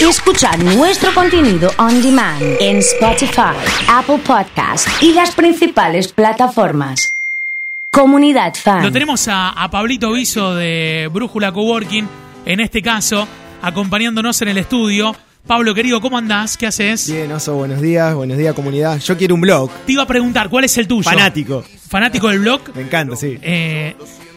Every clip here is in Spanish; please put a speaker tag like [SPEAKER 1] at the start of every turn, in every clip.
[SPEAKER 1] y escuchar nuestro contenido on demand en Spotify, Apple Podcast y las principales plataformas. Comunidad Fan.
[SPEAKER 2] Lo tenemos a, a Pablito Viso de Brújula Coworking, en este caso, acompañándonos en el estudio. Pablo, querido, ¿cómo andás? ¿Qué haces?
[SPEAKER 3] Bien, Oso, buenos días, buenos días comunidad. Yo quiero un blog.
[SPEAKER 2] Te iba a preguntar, ¿cuál es el tuyo?
[SPEAKER 3] Fanático.
[SPEAKER 2] Fanático del blog.
[SPEAKER 3] Me encanta, sí.
[SPEAKER 2] Eh,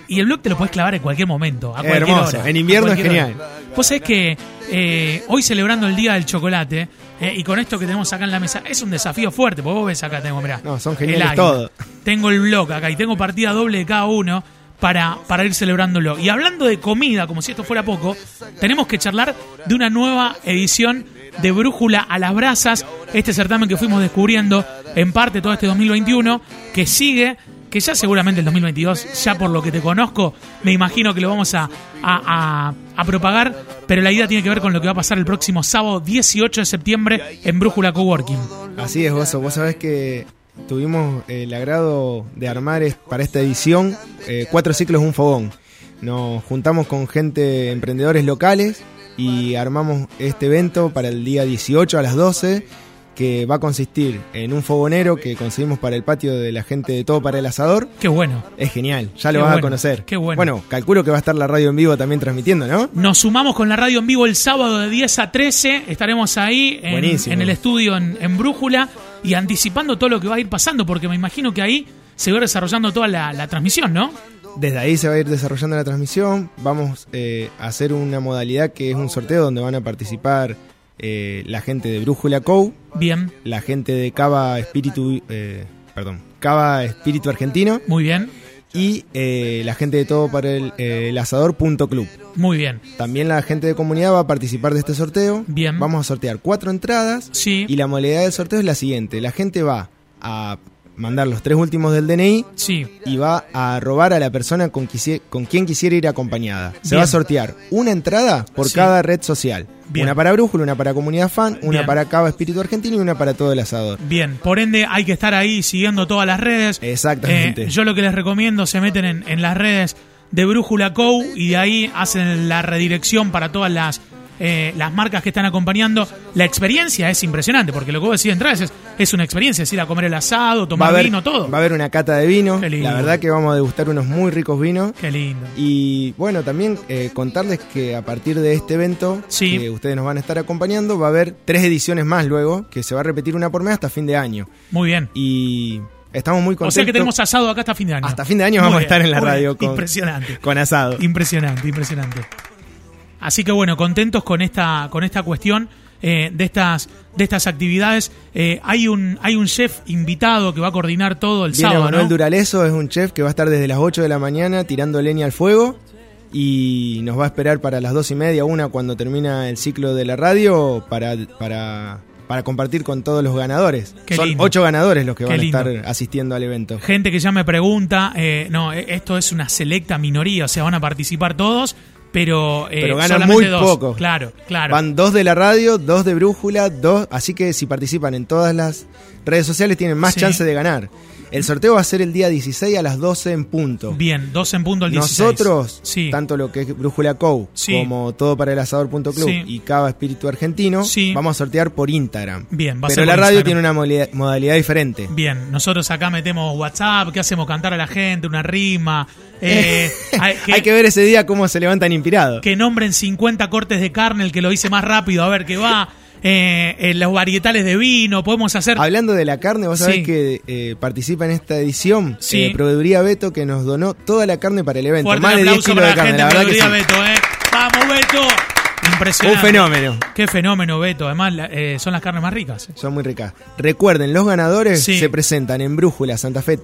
[SPEAKER 2] y el blog te lo puedes clavar en cualquier momento, a cualquier
[SPEAKER 3] Hermoso.
[SPEAKER 2] hora,
[SPEAKER 3] En invierno
[SPEAKER 2] a
[SPEAKER 3] es
[SPEAKER 2] cualquier
[SPEAKER 3] genial.
[SPEAKER 2] hora. Vos sabés que eh, hoy celebrando el Día del Chocolate, eh, y con esto que tenemos acá en la mesa, es un desafío fuerte, porque vos ves acá, tengo, mirá.
[SPEAKER 3] No, son
[SPEAKER 2] el
[SPEAKER 3] geniales
[SPEAKER 2] águila.
[SPEAKER 3] todos.
[SPEAKER 2] Tengo el blog acá y tengo partida doble de cada uno para, para ir celebrándolo. Y hablando de comida, como si esto fuera poco, tenemos que charlar de una nueva edición de Brújula a las Brasas, este certamen que fuimos descubriendo en parte todo este 2021, que sigue, que ya seguramente el 2022, ya por lo que te conozco, me imagino que lo vamos a, a- a- a propagar, pero la idea tiene que ver con lo que va a pasar el próximo sábado 18 de septiembre en Brújula Coworking.
[SPEAKER 3] Así es, Oso. Vos sabés que tuvimos el agrado de armar es- para esta edición eh, cuatro ciclos un fogón. Nos juntamos con gente, emprendedores locales y armamos este evento para el día 18 a las 12 que va a consistir en un fogonero que conseguimos para el patio de la gente de Todo para el Asador.
[SPEAKER 2] Qué bueno.
[SPEAKER 3] Es genial, ya lo
[SPEAKER 2] Qué
[SPEAKER 3] vas
[SPEAKER 2] bueno,
[SPEAKER 3] a conocer.
[SPEAKER 2] qué bueno.
[SPEAKER 3] calculo que va a estar la radio en vivo también transmitiendo, ¿no?
[SPEAKER 2] Nos sumamos con la radio en vivo el sábado de 10 a 13. Estaremos ahí en,
[SPEAKER 3] Buenísimo.
[SPEAKER 2] en el estudio en, en Brújula y anticipando todo lo que va a ir pasando, porque me imagino que ahí se va desarrollando toda la, la transmisión, ¿no?
[SPEAKER 3] Desde ahí se va a ir desarrollando la transmisión. Vamos eh, a hacer una modalidad que es un sorteo donde van a participar eh, la gente de Brújula Co,
[SPEAKER 2] Bien,
[SPEAKER 3] la gente de Cava Espíritu, eh, perdón, Cava Espíritu Argentino
[SPEAKER 2] muy bien,
[SPEAKER 3] y eh, la gente de todo para el, eh, el asador punto club.
[SPEAKER 2] muy bien.
[SPEAKER 3] También la gente de comunidad va a participar de este sorteo.
[SPEAKER 2] Bien.
[SPEAKER 3] Vamos a sortear cuatro entradas.
[SPEAKER 2] Sí.
[SPEAKER 3] Y la modalidad del sorteo es la siguiente: la gente va a mandar los tres últimos del DNI
[SPEAKER 2] Sí,
[SPEAKER 3] y va a robar a la persona con, quisie- con quien quisiera ir acompañada. Se
[SPEAKER 2] Bien.
[SPEAKER 3] va a sortear una entrada por
[SPEAKER 2] Sí.
[SPEAKER 3] cada red social.
[SPEAKER 2] Bien.
[SPEAKER 3] Una para Brújula, una para Comunidad Fan, una
[SPEAKER 2] Bien.
[SPEAKER 3] para Cava Espíritu Argentino y una para todo el asador.
[SPEAKER 2] bien. Por ende, hay que estar ahí siguiendo todas las redes.
[SPEAKER 3] Exactamente.
[SPEAKER 2] Eh, yo lo que les recomiendo, se meten en, en las redes de Brújula Co y de ahí hacen la redirección para todas las, eh, las marcas que están acompañando. La experiencia es impresionante, porque lo que vos decís de entrada es, es una experiencia, es ir a comer el asado, tomar vino, todo.
[SPEAKER 3] va a haber una cata de vino.
[SPEAKER 2] Qué lindo.
[SPEAKER 3] La verdad que vamos a degustar unos muy ricos vinos.
[SPEAKER 2] Qué lindo.
[SPEAKER 3] Y bueno, también eh, contarles que a partir de este evento
[SPEAKER 2] Sí.
[SPEAKER 3] que ustedes nos van a estar acompañando, va a haber tres ediciones más luego, que se va a repetir una por mes hasta fin de año.
[SPEAKER 2] Muy bien.
[SPEAKER 3] Y estamos muy
[SPEAKER 2] O
[SPEAKER 3] contentos.
[SPEAKER 2] sea que tenemos asado acá hasta fin de año.
[SPEAKER 3] hasta fin de año
[SPEAKER 2] Muy
[SPEAKER 3] vamos
[SPEAKER 2] bien,
[SPEAKER 3] a estar en la
[SPEAKER 2] muy
[SPEAKER 3] radio
[SPEAKER 2] bien.
[SPEAKER 3] con,
[SPEAKER 2] Impresionante.
[SPEAKER 3] con asado.
[SPEAKER 2] Impresionante, impresionante. Así que bueno, contentos con esta, con esta cuestión eh, de estas, de estas actividades. Eh, hay un, hay un chef invitado que va a coordinar todo el
[SPEAKER 3] Viene
[SPEAKER 2] sábado.
[SPEAKER 3] Manuel
[SPEAKER 2] ¿no?
[SPEAKER 3] Duraleso, es un chef que va a estar desde las 8 de la mañana tirando leña al fuego y nos va a esperar para las 2 y media, una cuando termina el ciclo de la radio para, para, para compartir con todos los ganadores.
[SPEAKER 2] Qué
[SPEAKER 3] Son
[SPEAKER 2] lindo.
[SPEAKER 3] 8 ganadores los que
[SPEAKER 2] Qué
[SPEAKER 3] van a
[SPEAKER 2] lindo.
[SPEAKER 3] estar asistiendo al evento.
[SPEAKER 2] Gente que ya me pregunta, eh, no, eh, esto es una selecta minoría, o sea, van a participar todos, pero, eh,
[SPEAKER 3] Pero ganan
[SPEAKER 2] solamente
[SPEAKER 3] muy
[SPEAKER 2] dos.
[SPEAKER 3] poco.
[SPEAKER 2] Claro, claro.
[SPEAKER 3] Van dos de la radio, dos de brújula, dos. Así que si participan en todas las redes sociales tienen más
[SPEAKER 2] Sí.
[SPEAKER 3] chance de ganar. El sorteo va a ser el día 16 a las 12 en punto.
[SPEAKER 2] Bien, dos en punto el 16.
[SPEAKER 3] Nosotros,
[SPEAKER 2] sí.
[SPEAKER 3] tanto lo que es Brújula Co,
[SPEAKER 2] Sí.
[SPEAKER 3] como todo para el asador.club
[SPEAKER 2] Sí.
[SPEAKER 3] y Cava Espíritu Argentino,
[SPEAKER 2] Sí.
[SPEAKER 3] vamos a sortear por Instagram.
[SPEAKER 2] Bien, va a
[SPEAKER 3] Pero
[SPEAKER 2] ser
[SPEAKER 3] la
[SPEAKER 2] por
[SPEAKER 3] radio
[SPEAKER 2] Instagram.
[SPEAKER 3] tiene una modalidad, modalidad diferente.
[SPEAKER 2] Bien, nosotros acá metemos WhatsApp, ¿qué hacemos? Cantar a la gente, una rima. eh,
[SPEAKER 3] Hay que ver ese día cómo se levantan inspirados.
[SPEAKER 2] que nombren 50 cortes de carne, el que lo hice más rápido, a ver qué va. Eh, eh, los varietales de vino, podemos hacer.
[SPEAKER 3] Hablando de la carne, vos sabés
[SPEAKER 2] Sí.
[SPEAKER 3] que eh, participa en esta edición
[SPEAKER 2] Sí.
[SPEAKER 3] eh, Proveeduría Beto que nos donó toda la carne para el evento.
[SPEAKER 2] Fuerte
[SPEAKER 3] Más
[SPEAKER 2] un
[SPEAKER 3] de 10
[SPEAKER 2] aplauso
[SPEAKER 3] kilos
[SPEAKER 2] para la
[SPEAKER 3] de carne,
[SPEAKER 2] gente
[SPEAKER 3] la
[SPEAKER 2] de
[SPEAKER 3] verdad que
[SPEAKER 2] Melodía, Beto,
[SPEAKER 3] sí.
[SPEAKER 2] ¿eh? ¡Vamos, Beto! Impresionante.
[SPEAKER 3] Un fenómeno.
[SPEAKER 2] Qué fenómeno, Beto. Además, la- eh, son las carnes más ricas. eh.
[SPEAKER 3] Son muy ricas. Recuerden, los ganadores
[SPEAKER 2] Sí.
[SPEAKER 3] se presentan en Brújula Santa Fe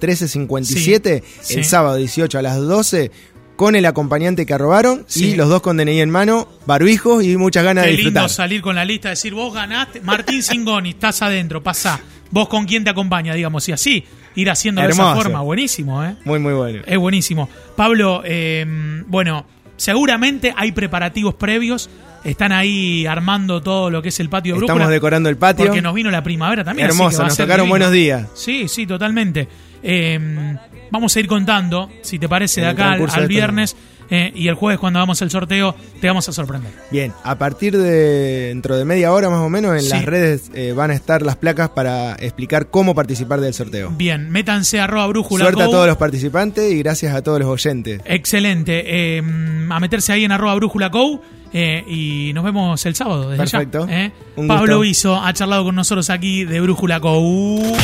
[SPEAKER 3] 1357
[SPEAKER 2] Sí.
[SPEAKER 3] el
[SPEAKER 2] Sí.
[SPEAKER 3] sábado 18 a las 12 con el acompañante que robaron
[SPEAKER 2] Sí.
[SPEAKER 3] y los dos con DNI en mano, barbijos y muchas ganas
[SPEAKER 2] Qué
[SPEAKER 3] de
[SPEAKER 2] lindo
[SPEAKER 3] disfrutar.
[SPEAKER 2] salir con la lista, decir, vos ganaste. Martín Singoni, estás adentro, pasá. Vos con quién te acompaña, digamos. Y así, ir haciendo de esa
[SPEAKER 3] Hermoso.
[SPEAKER 2] forma. Buenísimo, ¿eh?
[SPEAKER 3] Muy, muy bueno.
[SPEAKER 2] Es buenísimo. Pablo, eh, bueno, seguramente hay preparativos previos. Están ahí armando todo lo que es el patio de
[SPEAKER 3] Estamos
[SPEAKER 2] Brújula,
[SPEAKER 3] decorando el patio.
[SPEAKER 2] Porque nos vino la primavera también. así que
[SPEAKER 3] Hermoso,
[SPEAKER 2] va a
[SPEAKER 3] nos
[SPEAKER 2] ser
[SPEAKER 3] tocaron
[SPEAKER 2] divino.
[SPEAKER 3] buenos días.
[SPEAKER 2] Sí, sí, totalmente. Eh, vamos a ir contando, si te parece, de
[SPEAKER 3] En el
[SPEAKER 2] acá al,
[SPEAKER 3] transcurso
[SPEAKER 2] al
[SPEAKER 3] de esto.
[SPEAKER 2] viernes, eh, y el jueves cuando vamos al sorteo te vamos a sorprender.
[SPEAKER 3] Bien, a partir de dentro de media hora más o menos en
[SPEAKER 2] Sí.
[SPEAKER 3] las redes eh, van a estar las placas para explicar cómo participar del sorteo.
[SPEAKER 2] Bien, métanse a arroba brújula.
[SPEAKER 3] Suerte a
[SPEAKER 2] go.
[SPEAKER 3] todos los participantes y gracias a todos los oyentes.
[SPEAKER 2] Excelente. eh, a meterse ahí en arroba brújula go. eh, y nos vemos el sábado. Desde ya,
[SPEAKER 3] Perfecto.
[SPEAKER 2] eh.
[SPEAKER 3] Un
[SPEAKER 2] Pablo
[SPEAKER 3] gusto.
[SPEAKER 2] Viso ha charlado con nosotros aquí de Brújula Go.